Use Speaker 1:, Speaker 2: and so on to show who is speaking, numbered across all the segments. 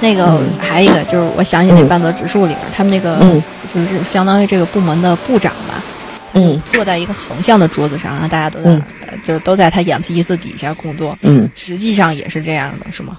Speaker 1: 那个
Speaker 2: 嗯
Speaker 1: 还有一个就是，我想起那
Speaker 2: 嗯
Speaker 1: 半泽直树里面，他们那个
Speaker 2: 嗯
Speaker 1: 就是相当于这个部门的部长吧，他就
Speaker 2: 嗯
Speaker 1: 坐在一个横向的桌子上，然后大家都在
Speaker 2: 嗯
Speaker 1: 就是都在他眼皮子底下工作，
Speaker 2: 嗯
Speaker 1: 实际上也是这样的，是吗？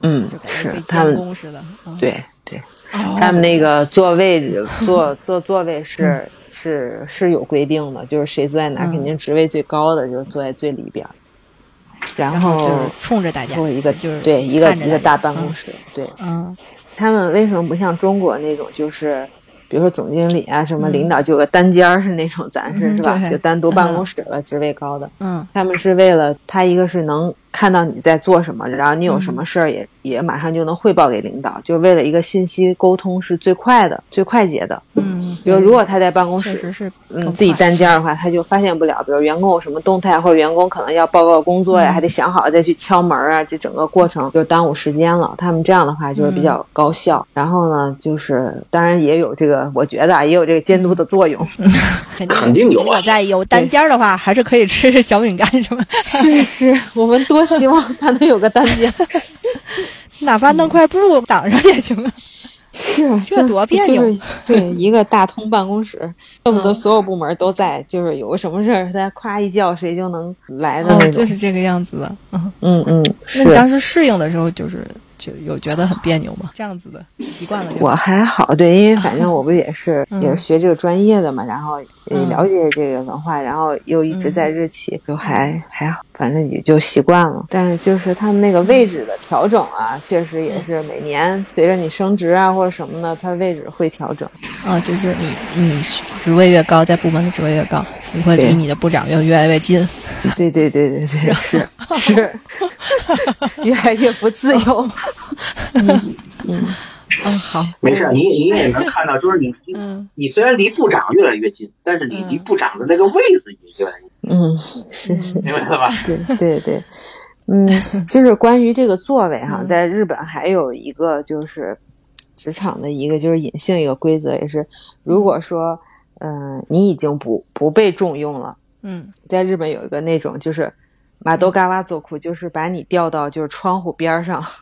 Speaker 2: 嗯
Speaker 1: 就，感觉
Speaker 2: 是
Speaker 1: 跟
Speaker 2: 他
Speaker 1: 监
Speaker 2: 们
Speaker 1: 工似的，嗯，
Speaker 2: 对对，
Speaker 1: 哦
Speaker 2: 他们那个座位 座座座位是是是有规定的，就是谁坐在哪，
Speaker 1: 嗯
Speaker 2: 肯定职位最高的就是坐在最里边儿，然
Speaker 1: 然后就是
Speaker 2: 后
Speaker 1: 冲着大家，
Speaker 2: 然后一个
Speaker 1: 就是
Speaker 2: 对一个
Speaker 1: 看着
Speaker 2: 一个
Speaker 1: 家
Speaker 2: 大办公，室，对
Speaker 1: 嗯
Speaker 2: 他们为什么不像中国那种就是。比如说总经理啊，什么
Speaker 1: 嗯
Speaker 2: 领导就有个单间儿是那种，咱是、
Speaker 1: 嗯
Speaker 2: 是吧？
Speaker 1: 对
Speaker 2: 就单独办公
Speaker 1: 嗯
Speaker 2: 室了，职位高的。
Speaker 1: 嗯
Speaker 2: 他们是为了他一个是能看到你在做什么，然后你有什么事儿也、也马上就能汇报给领导，就为了一个信息沟通是最快的、最快捷的。
Speaker 1: 嗯，
Speaker 2: 比如如果他在办公
Speaker 1: 确
Speaker 2: 室
Speaker 1: 实，是更
Speaker 2: 嗯，自己
Speaker 1: 快
Speaker 2: 单间儿的话，他就发现不了，比如员工有什么动态，或者员工可能要报告工作呀，
Speaker 1: 嗯
Speaker 2: 还得想好再去敲门啊，这整个过程就耽误时间了。他们这样的话就是比较高效。然后呢，就是当然也有这个，我觉得啊，也有这个监督的作用。
Speaker 1: 肯
Speaker 3: 肯定有啊
Speaker 1: 如果在有单间儿的话，还是可以吃小饼干什么，
Speaker 2: 是是，我们多希望他能有个单间儿。
Speaker 1: 哪怕弄块布挡上也行。
Speaker 2: 是啊，
Speaker 1: 这
Speaker 2: 就
Speaker 1: 多别嗯扭
Speaker 2: 就是对，一个大通办公室，恨不得所有部门都在，就是有个什么事儿，大家夸一叫，谁就能来的那
Speaker 1: 嗯，
Speaker 2: 种
Speaker 1: 就。是这个样子的。嗯，
Speaker 2: 嗯嗯，
Speaker 1: 那你当时适应的时候，就是就有觉得很别扭吗？这样子的习惯了就。
Speaker 2: 我还好，对，因为反正我不也是
Speaker 1: 嗯
Speaker 2: 也是学这个专业的嘛，然后也
Speaker 1: 嗯
Speaker 2: 了解这个文化，然后又一直在日企，就还还好，反正也就习惯了。但是就是他们那个位置的调整啊，确实
Speaker 1: 嗯
Speaker 2: 也是每年随着你升职啊或者什么的，它位置会调整。
Speaker 1: 啊，就是你你职位越高，在部门的职位越高，你会离
Speaker 2: 对
Speaker 1: 你的部长越越来越近。
Speaker 2: 对对对对对，是是，越来越不自 由。
Speaker 1: 嗯，好，
Speaker 3: 没事儿，你你也能看到，就是 你
Speaker 1: 嗯
Speaker 3: 你虽然离部长越来越近，但是你离部长的那个位置也越来越近，
Speaker 2: 嗯，是是，
Speaker 3: 明白了吧？
Speaker 2: 对对对，嗯，就是关于这个座位哈，
Speaker 1: 嗯
Speaker 2: 在日本还有一个就是职场的一个就是隐性一个规则，也是如果说嗯、呃你已经不不被重用了，
Speaker 1: 嗯，
Speaker 2: 在日本有一个那种就是马都嘎哇走库，就是把你调到就是窗户边儿上，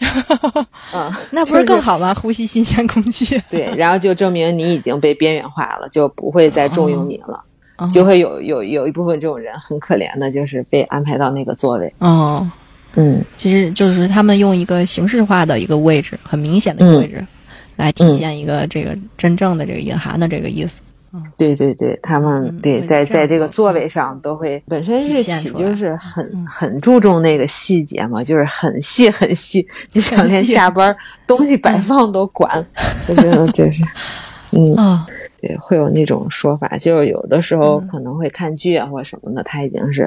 Speaker 2: 嗯，
Speaker 1: 那不是更好吗？呼吸新鲜空 气，
Speaker 2: 对，然后就证明你已经被边缘化了，就不会再重用你了，
Speaker 1: 哦
Speaker 2: 就会有有有一部分这种人很可怜的，就是被安排到那个座位。
Speaker 1: 哦，
Speaker 2: 嗯
Speaker 1: 其实就是他们用一个形式化的一个位置，很明显的一个位置，来体现一个这个真正的这个隐含的这个意思。，
Speaker 2: 对对对，他们
Speaker 1: 嗯
Speaker 2: 对
Speaker 1: 会
Speaker 2: 在
Speaker 1: 这样
Speaker 2: 在这个
Speaker 1: 做嗯
Speaker 2: 座位上都会，本身日
Speaker 1: 体现
Speaker 2: 企
Speaker 1: 出来
Speaker 2: 就是很
Speaker 1: 嗯
Speaker 2: 很注重那个细节嘛，就是很细很细，你想
Speaker 1: 很
Speaker 2: 连
Speaker 1: 细嗯
Speaker 2: 下班儿东西摆放都 管，就是就是。嗯，
Speaker 1: 啊、
Speaker 2: 对，会有那种说法，就是有的时候
Speaker 1: 嗯
Speaker 2: 可能会看剧啊或者什么的，他已经是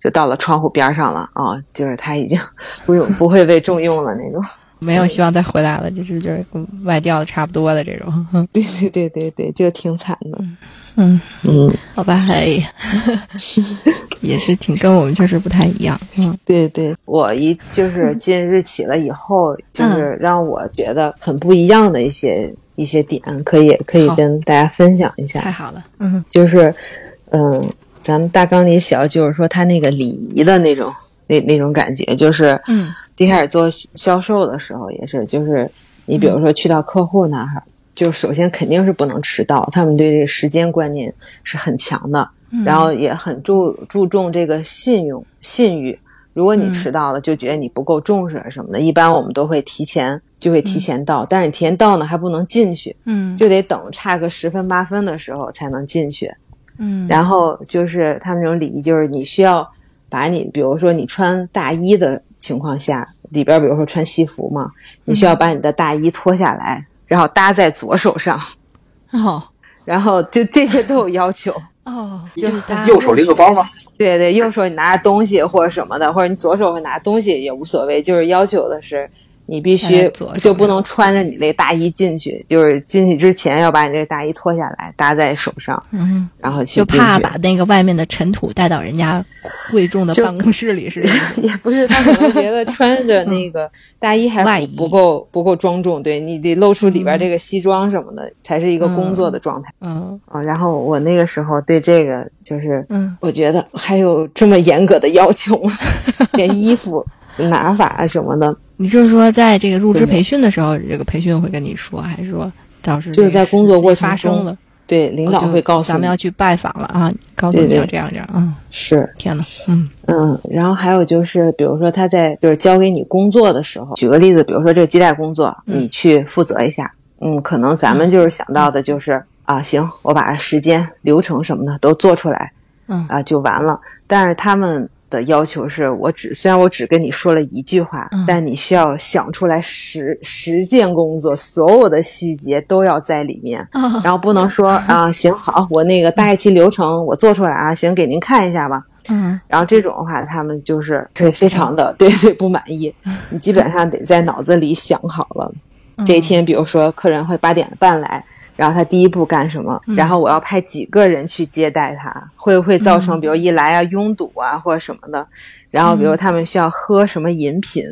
Speaker 2: 就到了窗户边儿上了啊，就是他已经不用不会被重用了那种。
Speaker 1: 没有希望再回来了，就是就是外调的差不多的这种。
Speaker 2: 对对对对对，就挺惨的。
Speaker 1: 嗯，
Speaker 2: 嗯，
Speaker 1: 好吧， 哎，也是挺跟我们确实不太一样。嗯
Speaker 2: 对对，我一就是进日企了以后，就是让我觉得很不一样的一些一些点，可以可以
Speaker 1: 好
Speaker 2: 跟大家分享一下。
Speaker 1: 太好了。嗯
Speaker 2: 就是，嗯，咱们大纲里写的就是说他那个礼仪的那种那那种感觉，就是，
Speaker 1: 嗯，
Speaker 2: 一开始做销售的时候也是，就是你比如说去到客户那儿，就首先肯定是不能迟到，他们对这个时间观念是很强的，
Speaker 1: 嗯
Speaker 2: 然后也很注注重这个信用信誉。如果你
Speaker 1: 嗯
Speaker 2: 迟到了，就觉得你不够重视什么的。一般我们都会提前，就会提前到，但是你提前到呢，还不能进去，
Speaker 1: 嗯
Speaker 2: 就得等差个十分八分的时候才能进去。
Speaker 1: 嗯，
Speaker 2: 然后就是他们那种礼仪，就是你需要把你，比如说你穿大衣的情况下，里边比如说穿西服嘛，你需
Speaker 1: 嗯
Speaker 2: 要把你的大衣脱下来，然后搭在左手上，
Speaker 1: 哦
Speaker 2: 然后就这些都有要求。
Speaker 1: 哦，就是大家
Speaker 3: 右手拎个包 吗？
Speaker 2: 对对，右手你拿着东西或者什么的，或者你左手会拿东西也无所谓，就是要求的是你必
Speaker 1: 在
Speaker 2: 须
Speaker 1: 左手
Speaker 2: 就不能穿着你那大衣进去，就是进去之前要把你这大衣脱下来搭在手上，
Speaker 1: 嗯，
Speaker 2: 然后去
Speaker 1: 就怕
Speaker 2: 进去
Speaker 1: 把那个外面的尘土带到人家贵重的
Speaker 2: 就
Speaker 1: 办公室里似的。
Speaker 2: 也不是，他可能觉得穿 着那个大衣还
Speaker 1: 嗯外
Speaker 2: 不
Speaker 1: 衣
Speaker 2: 不够不够庄重，对你得露出里边这个西装什么的，才是一个工作的状态
Speaker 1: 嗯
Speaker 2: 啊、然后我那个时候对这个就是，
Speaker 1: 嗯，
Speaker 2: 我觉得还有这么严格的要求 吗？连衣服拿法啊什么的，
Speaker 1: 你就是说在这个入职
Speaker 2: 对
Speaker 1: 培训的时候，这个培训会跟你说，还是说到时
Speaker 2: 就是在工作过程中
Speaker 1: 发生了，
Speaker 2: 对领导
Speaker 1: 哦就
Speaker 2: 会告诉
Speaker 1: 咱们
Speaker 2: 你
Speaker 1: 要去拜访了啊，告诉
Speaker 2: 对
Speaker 1: 你
Speaker 2: 对
Speaker 1: 要这样这样。嗯，
Speaker 2: 是
Speaker 1: 天哪，嗯
Speaker 2: 嗯，然后还有就是，比如说他在就是交给你工作的时候，举个例子，比如说这个接待工作，
Speaker 1: 嗯
Speaker 2: 你去负责一下。嗯，可能咱们就是想到的就是、
Speaker 1: 嗯
Speaker 2: 啊，行，我把时间、流程什么的都做出来
Speaker 1: 嗯
Speaker 2: 啊，就完了。但是他们的要求是我只虽然我只跟你说了一句话，
Speaker 1: 嗯
Speaker 2: 但你需要想出来十十件工作，所有的细节都要在里面。
Speaker 1: 啊
Speaker 2: 然后不能说啊，行好，我那个大概其流程我做出来啊，行，给您看一下吧。
Speaker 1: 嗯
Speaker 2: 然后这种的话，他们就是对非常的对对不满意， 你基本上得在脑子里想好了。
Speaker 1: 嗯
Speaker 2: 这一天，比如说客人会八点半来，然后他第一步干什么
Speaker 1: 嗯？
Speaker 2: 然后我要派几个人去接待他，会不会造成
Speaker 1: 嗯
Speaker 2: 比如一来啊拥堵啊或者什么的？然后比如
Speaker 1: 嗯
Speaker 2: 他们需要喝什么饮品，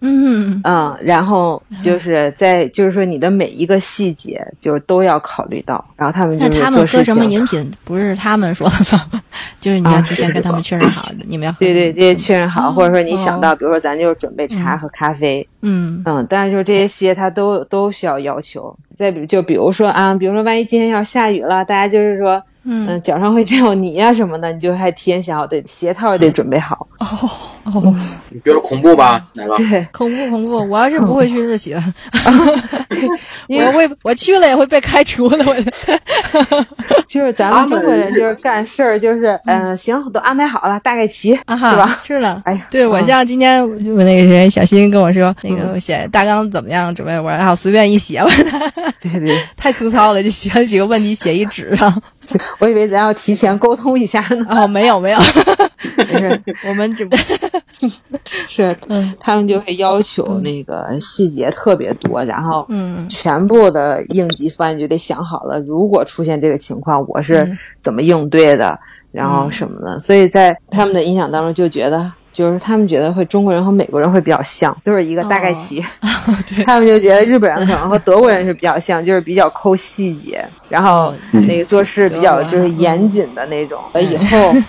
Speaker 1: 嗯
Speaker 2: 嗯，然后 就是在就是说你的每一个细节就是都要考虑到。然后他们
Speaker 1: 那
Speaker 2: 就是
Speaker 1: 他
Speaker 2: 做
Speaker 1: 们
Speaker 2: 事
Speaker 1: 喝什么
Speaker 2: 情
Speaker 1: 饮 品不是他们说的吗？就是你要
Speaker 2: 啊
Speaker 1: 提前
Speaker 2: 是
Speaker 1: 跟他们
Speaker 2: 的
Speaker 1: 确认好，你们要喝
Speaker 2: 对对，
Speaker 1: 什
Speaker 2: 这
Speaker 1: 么
Speaker 2: 些确认好，或者说你想
Speaker 1: 哦
Speaker 2: 到，比如说咱就准备茶和咖啡，
Speaker 1: 嗯
Speaker 2: 嗯，但是就是这些些它都都需要要求。再比就比如说啊，比如说万一今天要下雨了，大家就是说，嗯，
Speaker 1: 嗯
Speaker 2: 脚上会沾有泥啊什么的，你就还提前想好，对，鞋套也得准备好。
Speaker 1: 哦，
Speaker 3: 你觉得恐怖吧，奶
Speaker 1: 嗯
Speaker 3: 酪？
Speaker 2: 对，
Speaker 1: 恐怖恐怖！我要是不会去 日企的，
Speaker 2: 因为
Speaker 1: 我会我去了也会被开除的。我
Speaker 2: 就是咱
Speaker 3: 他
Speaker 2: 们
Speaker 3: 们
Speaker 2: 中国人就是干事儿，就是嗯、行，都安排好了，大概齐，
Speaker 1: 啊
Speaker 2: 对
Speaker 1: 哈
Speaker 2: 吧？，
Speaker 1: 是了。
Speaker 2: 哎呀，
Speaker 1: 对，我
Speaker 2: 嗯
Speaker 1: 像今天我那个谁小新跟我说，那个我写大纲怎么样准备，我说啊随便一写吧，
Speaker 2: 对对，
Speaker 1: 太粗糙了，就写了几个问题写一纸上。
Speaker 2: 我以为咱要提前沟通一下呢，
Speaker 1: 哦，没有没有，
Speaker 2: 没事。
Speaker 1: 我们 只
Speaker 2: 是，
Speaker 1: 嗯
Speaker 2: 他们就会要求那个细节特别多，然后
Speaker 1: 嗯
Speaker 2: 全部的应急方案你就得想好了，如果出现这个情况，我是
Speaker 1: 嗯
Speaker 2: 怎么应对的，然后什么的。所以在他们的印象当中，就觉得就是他们觉得会中国人和美国人会比较像，都是一个大概齐。
Speaker 1: 哦 对
Speaker 2: 他们就觉得日本人可 能和德国人是比较像，就是比较抠细节，然后
Speaker 3: 嗯
Speaker 2: 那个做事比较就是严谨的那种。以后。
Speaker 1: 嗯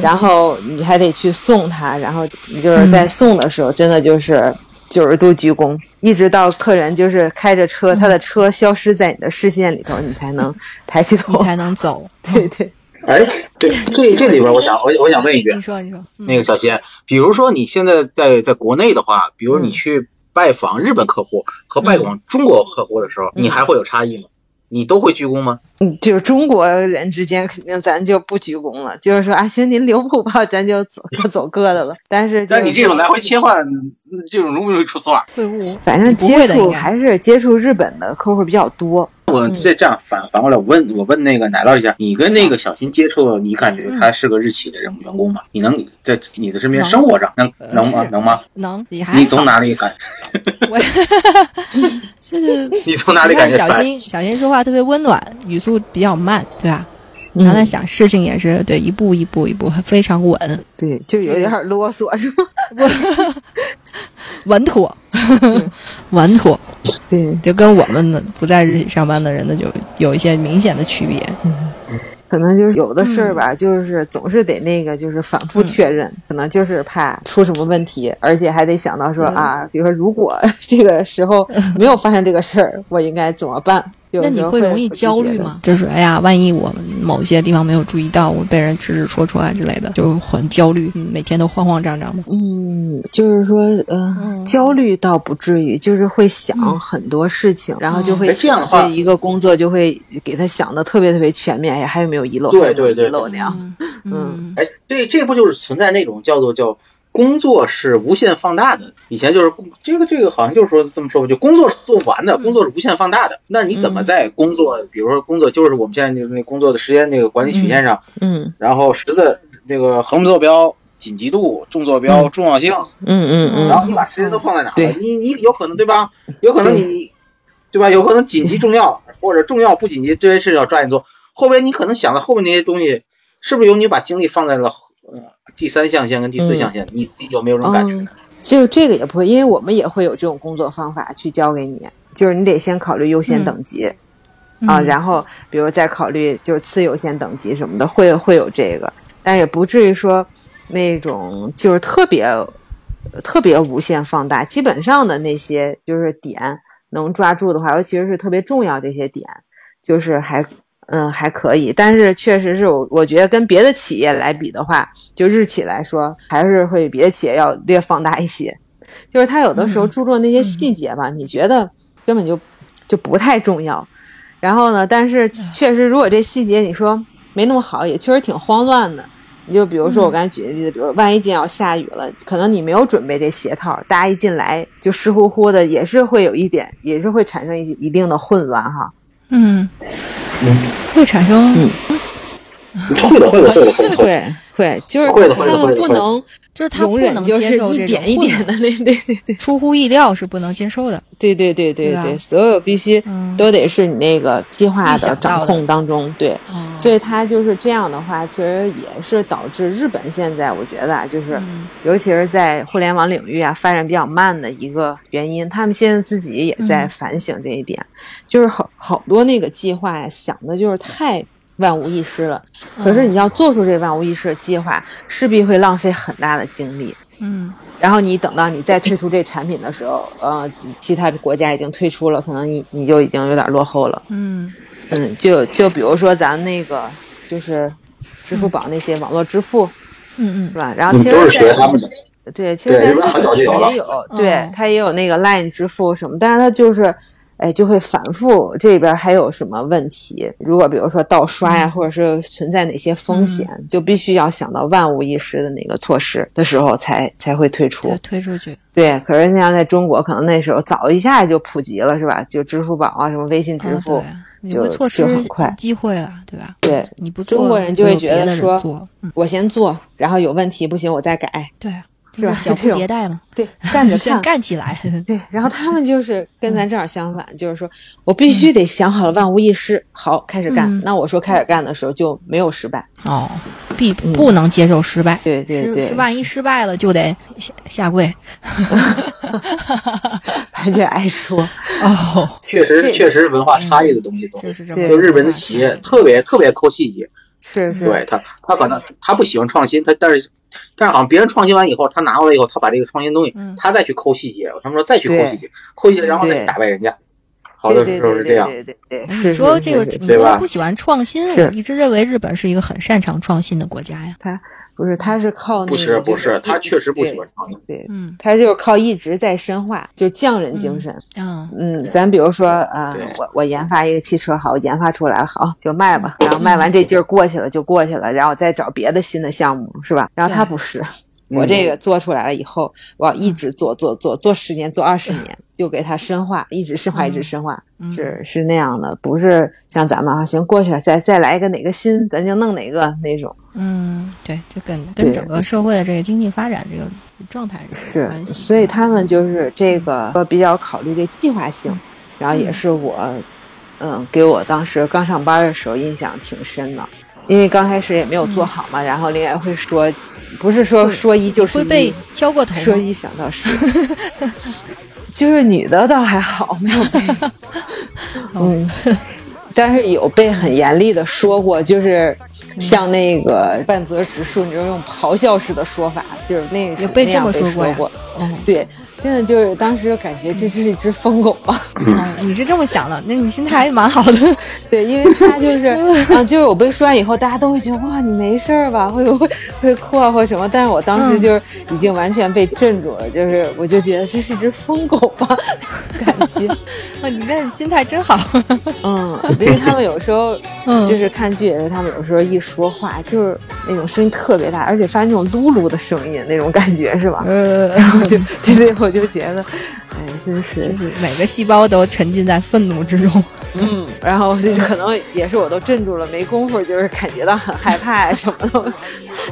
Speaker 2: 然后你还得去送他，然后你就是在送的时候，真的就是九十度鞠躬，一直到客人就是开着车，
Speaker 1: 嗯
Speaker 2: 他的车消失在你的视线里头，你才能抬起
Speaker 1: 你
Speaker 2: 头。
Speaker 1: 才能走。
Speaker 2: 对对，
Speaker 3: 哎， 这这这里边，我想我我想问一句，
Speaker 1: 你说你说，嗯
Speaker 3: 那个小新，比如说你现在在在国内的话，比
Speaker 1: 嗯
Speaker 3: 如你去拜访日本客户和拜访中国客户的时候，
Speaker 2: 嗯
Speaker 3: 你还会有差异吗？你都会鞠躬吗？
Speaker 2: 嗯就是中国人之间肯定咱就不鞠躬了，就是说啊，行，您留步吧，咱就走各走各的了。但是、就是、
Speaker 3: 但你这种来回切换，嗯这种容不容易出错啊？
Speaker 1: 会误，
Speaker 2: 反正
Speaker 1: 你不会
Speaker 2: 接
Speaker 1: 的应
Speaker 2: 触
Speaker 1: 该
Speaker 2: 还是接触日本的客户比较多。
Speaker 1: 嗯
Speaker 3: 我这这样反反过来，我问我问那个奶酪一下，你跟那个小新接触，你感觉他是个日企的人员工吗？你能在你的身边
Speaker 1: 嗯能
Speaker 3: 生活上能
Speaker 1: 呃
Speaker 3: 能吗
Speaker 1: 是？
Speaker 3: 能吗？
Speaker 1: 能你还
Speaker 3: 你从哪里 感？
Speaker 1: 我就是
Speaker 3: 你 从哪里感觉
Speaker 1: 你看小
Speaker 3: 烦？
Speaker 1: 新小新说话特别温暖，语速比较慢，对吧？
Speaker 2: 嗯
Speaker 1: 然后在想事情也是对一步一步一步非常稳，
Speaker 2: 对，就
Speaker 1: 嗯
Speaker 2: 有点啰嗦，是吗？
Speaker 1: 稳妥，
Speaker 2: 嗯
Speaker 1: 稳妥，
Speaker 2: 对，
Speaker 1: 就跟我们的不在日企上班的人的就有一些明显的区别。
Speaker 2: 可能就是有的事儿
Speaker 1: 嗯
Speaker 2: 吧，就是总是得那个，就是反复确认，可能就是怕出什么问题，而且还得想到说啊，比如说如果这个时候没有发生这个事 儿，我应该怎么办？有
Speaker 1: 那
Speaker 2: 时
Speaker 1: 你
Speaker 2: 候
Speaker 1: 会容易
Speaker 2: 不自
Speaker 1: 焦
Speaker 2: 觉
Speaker 1: 虑
Speaker 2: 地
Speaker 1: 吗？？就是哎呀，万一我某些地方没有注意到，我被人指指戳戳啊之类的，就很焦虑，嗯每天都慌慌张张的。
Speaker 2: 嗯，就是说，呃
Speaker 1: 嗯，
Speaker 2: 焦虑倒不至于，就是会
Speaker 1: 嗯
Speaker 2: 想很多事情，然后就
Speaker 3: 哎
Speaker 2: 会
Speaker 3: 这样的
Speaker 2: 想
Speaker 3: 话
Speaker 2: 这一个工作就会给他想的特别特别全面，哎呀，还有没有遗漏？
Speaker 3: 对
Speaker 2: 还有没有
Speaker 3: 对对
Speaker 2: 遗漏那样。
Speaker 1: 嗯
Speaker 3: 哎，这这不就是存在那种叫做叫工作是无限放大的？以前就是工这个这个好像就是说这么说吧，就工作是做不完
Speaker 1: 嗯
Speaker 3: 的，工作是无限放大的。那你怎么在工作，比如说工作就是
Speaker 1: 嗯
Speaker 3: 我们现在就是那工作的时间那个管理曲线上，
Speaker 2: 嗯
Speaker 3: 然后十字那个横坐标紧急度、重坐标、重要性，
Speaker 2: 嗯嗯
Speaker 3: 然
Speaker 2: 嗯，
Speaker 3: 后你把时间都放在哪儿
Speaker 2: 对
Speaker 3: 了？你你有可能对吧？有可能
Speaker 2: 对
Speaker 3: 你对吧？有可能紧急重要 或者重要不紧急这些事情要抓紧做，后边你可能想的后面那些东西，是不是由你把精力放在了呃第三象限跟第四象
Speaker 1: 嗯
Speaker 3: 限？你你有没有这种感觉？
Speaker 1: 哦
Speaker 2: 嗯，就这个也不会，因为我们也会有这种工作方法去教给你，就是你得先考虑优先等级、
Speaker 1: 嗯
Speaker 2: 啊，然后比如再考虑就是次优先等级什么的，会会有这个，但也不至于说那种就是特别特别无限放大，基本上的那些就是点能抓住的话，尤其是特别重要这些点，就是还。嗯，还可以，但是确实是我，我觉得跟别的企业来比的话，就日企来说，还是会比别的企业要略放大一些。就是他有的时候注重那些细节吧，你觉得根本就就不太重要，然后呢，但是确实，如果这细节你说没弄好，也确实挺慌乱的。你就比如说我刚才举的例子，比如万一今天要下雨了，可能你没有准备这鞋套，大家一进来就湿乎乎的，也是会有一点，也是会产生一一定的混乱哈。
Speaker 1: 嗯，会产生
Speaker 2: 嗯，
Speaker 3: 会的，会的，会的，会的，会的。
Speaker 2: 会会，就是
Speaker 3: 会的会的
Speaker 2: 他
Speaker 3: 会
Speaker 2: 们
Speaker 3: 的
Speaker 2: 不
Speaker 3: 会的
Speaker 2: 能
Speaker 1: 就是他不
Speaker 2: 容忍，
Speaker 1: 能
Speaker 2: 就
Speaker 1: 接
Speaker 2: 是
Speaker 1: 受
Speaker 2: 一
Speaker 1: 这种
Speaker 2: 点一
Speaker 1: 混
Speaker 2: 点
Speaker 1: 乱
Speaker 2: 的那那那对
Speaker 1: 出乎意料是不能接受的。
Speaker 2: 对对对对
Speaker 1: 对吧
Speaker 2: 对，所有必须
Speaker 1: 嗯
Speaker 2: 都得是你那个计划
Speaker 1: 预想
Speaker 2: 的
Speaker 1: 到
Speaker 2: 掌
Speaker 1: 的
Speaker 2: 控当中，对。
Speaker 1: 哦
Speaker 2: 所以它就是这样的话，其实也是导致日本现在我觉得啊，就是、
Speaker 1: 嗯
Speaker 2: 尤其是在互联网领域啊发展比较慢的一个原因。他们现在自己也在
Speaker 1: 嗯
Speaker 2: 反省这一点，就是好好多那个计划呀，想的就是太万无一失了。可是你要做出这万无一失的计划，势必会浪费很大的精力。
Speaker 1: 嗯
Speaker 2: 然后你等到你再推出这产品的时候，呃，其他的国家已经推出了，可能你你就已经有点落后了。
Speaker 1: 嗯
Speaker 2: 嗯，就就比如说咱那个就是支付宝那些网络支付、
Speaker 1: 嗯
Speaker 2: 是吧？然后
Speaker 3: 你
Speaker 2: 其
Speaker 3: 都
Speaker 2: 实
Speaker 3: 是学
Speaker 2: 在
Speaker 3: 他们的，
Speaker 2: 对，其实在
Speaker 3: 对
Speaker 2: 日
Speaker 3: 人家很早就有了
Speaker 2: 本也有，对
Speaker 1: 嗯，
Speaker 2: 它也有那个 Line 支付什么，但是它就是。哎，就会反复这里边还有什么问题？如果比如说盗刷呀、或者是存在哪些
Speaker 1: 嗯
Speaker 2: 风险，就必须要想到万无一失的那个措施的时候才才会推出
Speaker 1: 嗯，。推出去，
Speaker 2: 对，可是你像在中国，可能那时候早一下就普及了，是吧？就支付宝啊，什么微信支
Speaker 1: 嗯
Speaker 2: 付，
Speaker 1: 对，你
Speaker 2: 就
Speaker 1: 会错失
Speaker 2: 就很快
Speaker 1: 机会了，对吧？
Speaker 2: 对，
Speaker 1: 你不做，
Speaker 2: 中国人就会觉
Speaker 1: 有别
Speaker 2: 得
Speaker 1: 的人
Speaker 2: 说
Speaker 1: 做，嗯，
Speaker 2: 我先做，然后有问题不行我再改，
Speaker 1: 对啊，
Speaker 2: 是吧
Speaker 1: 就是小
Speaker 2: 这
Speaker 1: 步
Speaker 2: 种
Speaker 1: 迭代嘛，
Speaker 2: 对， 干着
Speaker 1: 先
Speaker 2: 看。
Speaker 1: 干起来，
Speaker 2: 对，然后他们就是跟
Speaker 1: 嗯
Speaker 2: 咱正好相反，就是说我必须得想好了万无一失，好开始干。
Speaker 1: 嗯
Speaker 2: 那我说开始干的时候就没有失败，
Speaker 1: 哦，必不能接受失败。
Speaker 2: 对对
Speaker 1: 是
Speaker 2: 对
Speaker 1: 是，万一失败了就得下下跪。
Speaker 2: 而且爱说，
Speaker 1: 哦，
Speaker 3: 确实，
Speaker 2: 这
Speaker 3: 确实文化差异的东西多。
Speaker 1: 嗯这是这么
Speaker 2: 对
Speaker 1: 一
Speaker 3: 就
Speaker 1: 个
Speaker 3: 日本的企业
Speaker 1: 大
Speaker 3: 特别特别抠细节，
Speaker 2: 是是，
Speaker 3: 对他，他可能他不喜欢创新，他但是但是好像别人创新完以后，他拿过来以后，他把这个创新东西
Speaker 1: 嗯，
Speaker 3: 他再去抠细节，他们说再去抠
Speaker 2: 对
Speaker 3: 细节，抠细节然后再
Speaker 2: 对
Speaker 3: 打败人家，好
Speaker 2: 对
Speaker 3: 多
Speaker 2: 对
Speaker 3: 时候
Speaker 2: 对
Speaker 3: 是这样。
Speaker 2: 对对对，
Speaker 1: 哎
Speaker 2: 是
Speaker 1: 你说这个，
Speaker 2: 是是
Speaker 1: 你
Speaker 2: 是
Speaker 3: 对
Speaker 1: 说
Speaker 3: 吧
Speaker 1: 不喜欢创新，
Speaker 2: 是
Speaker 1: 我一直认为日本是一个很擅长创新的国家呀。
Speaker 2: 不是他是靠那
Speaker 3: 不
Speaker 2: 个
Speaker 3: 是不，
Speaker 2: 就是
Speaker 3: 他确实不
Speaker 2: 对
Speaker 3: 喜欢创新。
Speaker 2: 对，
Speaker 1: 嗯
Speaker 2: 他就是靠一直在深化，就匠人精神。
Speaker 1: 啊，
Speaker 2: 嗯，
Speaker 3: 对
Speaker 2: 咱比如说，啊
Speaker 3: 对，
Speaker 2: 我我研发一个汽车，好，我研发出来了，好 就卖 吧，然后卖完这劲儿过去了就过去了，然后再找别的新的项目，是吧？然后他
Speaker 1: 对
Speaker 2: 不是，
Speaker 3: 嗯
Speaker 2: 我这个做出来了以后，我要一直做做做做十年，做二十年，就给它深化，一直深化，一直深化，
Speaker 1: 嗯
Speaker 2: 是是那样的，不是像咱们啊，行过去了，再再来一个哪个
Speaker 3: 嗯
Speaker 2: 新，咱就弄哪个那种，
Speaker 1: 嗯，对，这跟跟
Speaker 2: 对
Speaker 1: 整个社会的这个经济发展这个状态是有
Speaker 2: 是
Speaker 1: 关，系
Speaker 2: 所以他们就是这个说比较考虑这计划性，然后也
Speaker 1: 嗯
Speaker 2: 是我，嗯，给我当时刚上班的时候印象挺深的，因为刚开始也没有做好嘛，然后另外会说，不是说
Speaker 1: 嗯会
Speaker 2: 说一就是
Speaker 1: 会被
Speaker 2: 一，
Speaker 1: 敲过头吗。
Speaker 2: 说一想到十， 就是女的倒还 好，没有被，
Speaker 1: 哦
Speaker 2: 嗯。但是有被很严厉的说过，就是
Speaker 1: 嗯
Speaker 2: 像那个半泽直树，你就用咆哮式的说法，就是那个
Speaker 1: 有被
Speaker 2: 那
Speaker 1: 这
Speaker 2: 样
Speaker 1: 么
Speaker 2: 被
Speaker 1: 说过
Speaker 2: 说
Speaker 1: 呀
Speaker 2: 过，
Speaker 1: 哦，
Speaker 2: 对，真的就是当时就感觉这是一只疯狗嘛。
Speaker 1: 哦你是这么想的，那你心态还蛮好的。
Speaker 2: 对，因为它就是，啊，就是我被说完以后，大家都会觉得哇，你没事儿吧？会会 会哭啊，或什么？但是我当时就是已经完全被镇住了，就是我就觉得这是一只疯狗吧， 感觉。
Speaker 1: 哦，你这心态真好。
Speaker 2: 嗯，因为他们有时候
Speaker 1: 嗯
Speaker 2: 就是看剧也是，他们有时候一说 话就是那种声音特别大，而且发那种噜噜的声音那种感觉是吧？
Speaker 1: 呃，
Speaker 2: 就对对，我就觉得，哎，真嗯是
Speaker 1: 就。是每个细胞都沉浸在愤怒之中。
Speaker 2: 嗯，然后就可能也是我都镇住了，没工夫，就是感觉到很害怕什么的，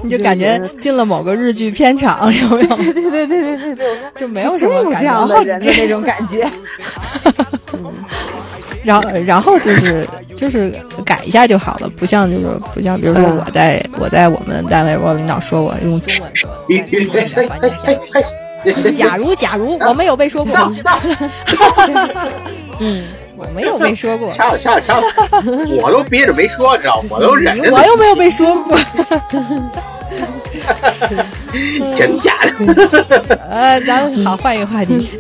Speaker 1: 你就感觉进了某个日剧片场，有没有？
Speaker 2: 对对对对对对对，我说
Speaker 1: 就没有什
Speaker 2: 真
Speaker 1: 么
Speaker 2: 有
Speaker 1: 感
Speaker 2: 这
Speaker 1: 觉。
Speaker 2: 样的人的那
Speaker 1: 然后
Speaker 2: 种感觉，
Speaker 1: 然后然后就是就是改一下就好了，不像就是不像，比如说
Speaker 2: 嗯
Speaker 1: 我在、我在我们单位，我领导说我用中文说，在中文的环境下， 假如假如我没有被说过，
Speaker 2: 嗯，
Speaker 1: 我没有被说过，
Speaker 3: 掐了掐了掐了，我都憋着没说，你知道吗，我都忍着
Speaker 1: 我
Speaker 3: 呢，
Speaker 1: 又没有被说过，
Speaker 3: 真假的。
Speaker 1: 呃，咱们好换一个话题，